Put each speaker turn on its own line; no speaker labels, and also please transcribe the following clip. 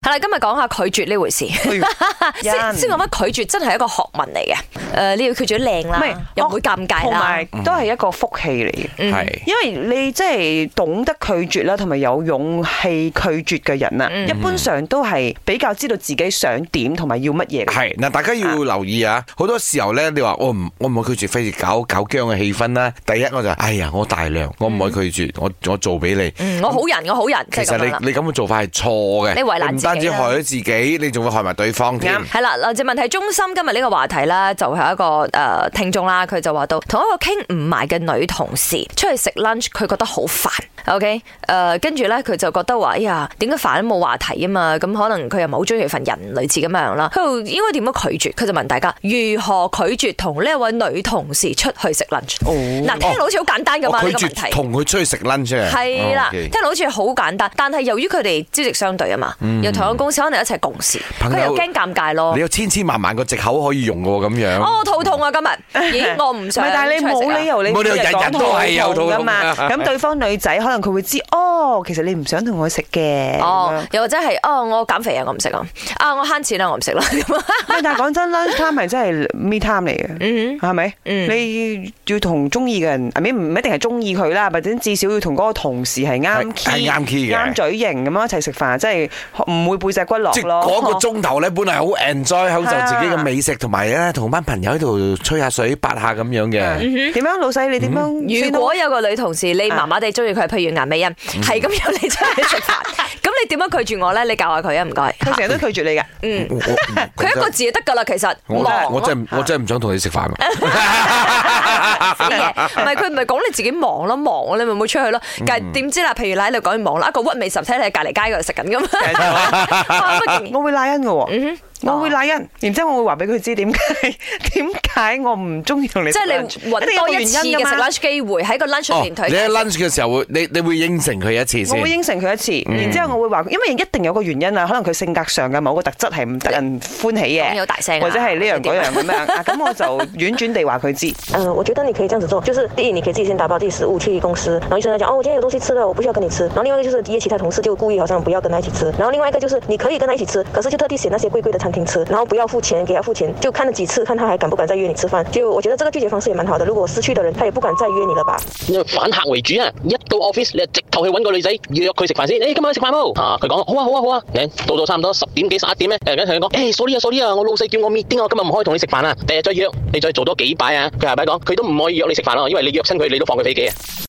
係啦，今日講下拒絕呢回事。 先先講乜拒絕，真係一個學問嚟嘅。誒，你要拒絕靚
嗯唔係
啦，又唔會尷尬
同
啦
埋。都係一個福氣嚟嘅。
嗯
係
因為你即係懂得拒絕啦，同埋有勇氣拒絕嘅人啊，
嗯
一般上都係比較知道自己想點同埋要乜嘢嘅。
係嗱，大家要留意啊！好多時候咧，你話我唔我唔可以拒絕，費事搞搞僵嘅氣氛啦。第一我就哎呀，我大量，我唔可以拒絕，我我做俾你。
嗯我好人，我好人，嗯即
其
係咁
實
樣啦
你。你咁嘅做法係錯嘅，
你為難
唔單
自己
止
啦
害咗自己，你仲會害埋對方添。
係啦，嗱，就問題中心今日呢個話題啦，就係一個誒、呃、聽眾啦，佢就話到同一個傾唔埋嘅女同事出去食 lunch，佢覺得好煩。OK，誒、跟呃住咧佢就覺得話，哎呀，點解煩都冇話題啊嘛？咁可能佢又唔係好中意佢份人，類似咁樣啦。佢就應該點樣拒絕？佢就問大家如何拒絕同呢一位女同事出去食 lunch。
哦
嗱、聽落好似好簡單噶嘛
我
呢
哦拒
個問
絕
題。
同佢出去食 lunch 啊
係啦，
哦，OK
聽落好似好簡單，但係由於佢哋朝夕相對啊嘛，又同一個公司可能一齊共事，
嗯朋
佢
友
又驚尷尬咯
哦你。有千千萬萬個藉口可以用嘅喎，咁樣。
哦，我肚痛啊！今 日，咦，我唔
唔
想
係，但係你
啊
冇理由你
啊冇理由
每
日日
講
都係有肚
㗎
痛
嘛。
啊
咁對方女仔可能佢會知，哦，其實你唔想同我食嘅。
哦
咁樣，
又或者係哦，我減肥啊，我唔食啊，啊，我慳錢啊，我唔食 啦。咁啊
喂但係講真，lunch time 係真係 me time 嚟嘅。
嗯
係咪？
嗯
你要同中意嘅人，I mean，唔一定係中意佢啦，或者至少要同嗰個同事係啱
係
key、
係啱 key 嘅
啱嘴型咁樣一齊食飯，即係唔會背脊骨落
即係
哦
咯。
嗰個 鐘頭咧，本嚟好 enjoy 享受自己嘅美食，同埋咧同班朋友喺度吹下水、八下咁樣嘅。
嗯點樣老細你點
嗯
樣？
嗯如果有個女同事你麻麻地中意佢，譬如顏美欣，
嗯
係咁約你出去食 飯，咁你點樣拒絕我咧？你教下佢啊，唔該。
佢成日都拒絕你㗎，
嗯，
我我
佢一個字就得啊噶啦，其實
我
忙咯
我真係我真係唔想同你食飯
啲嘢，唔
啊喎。
係佢唔係講你自己忙咯，忙你咪冇出去咯。
嗯
但係點知啦？譬如嗱，你講完忙啦，一個屈尾十睇你喺隔離街嗰度食緊咁， 哇不勁
我會賴恩嘅喎。
嗯哼
我會賴恩，然之後我會話俾佢知點解 點解我唔中意同你
即
食
係
lunch。
你揾
定有
多一
個原
次
因㗎
嘅食
嘛
lunch 機會喺個 lunch 入，
哦
邊
你喺
推。
lunch 嘅時候會，你你會應承佢一次
我會
先。
應承佢一
嗯
次，然之後我會話，因為一定有個原因啊，可能佢性格上嘅某個特質係唔得人歡喜
講嘢好大聲啊
嘅，或者係呢樣
或者
嗰
點
樣咁樣啊，咁我就婉轉地話佢知。
嗯，我觉得你可以这样子做，就是第一，你可以自己先打包自己食物去公司，然后医生在讲，哦，我今天有东西吃了，我不需要跟你吃。然后另外一个就是约其他同事就故意好像不要跟他一起吃。然后另外一个就是你可以跟他一起吃，可是就特地选那些贵贵的餐厅吃，然后不要付钱，给他付钱，就看了几次，看他还敢不敢再约你吃饭。就我觉得这个拒绝方式也蛮好的，如果失去的人他也不敢再约你了吧。
你要反客為主啊！一到 office 你就直頭去揾個女仔約佢食飯先。誒、今晚去食飯冇？啊，佢講好啊好啊好啊。誒、到到差唔多十點幾十一點咧，誒跟住佢講誒 sorry 啊 sorry 啊，我老細叫我 meeting 啊，我今日唔可以同你食飯啊。第日再約，你再做多幾擺啊。佢係咪講佢都唔可以約你食飯咯，因為你約親佢，你都放佢飛機啊。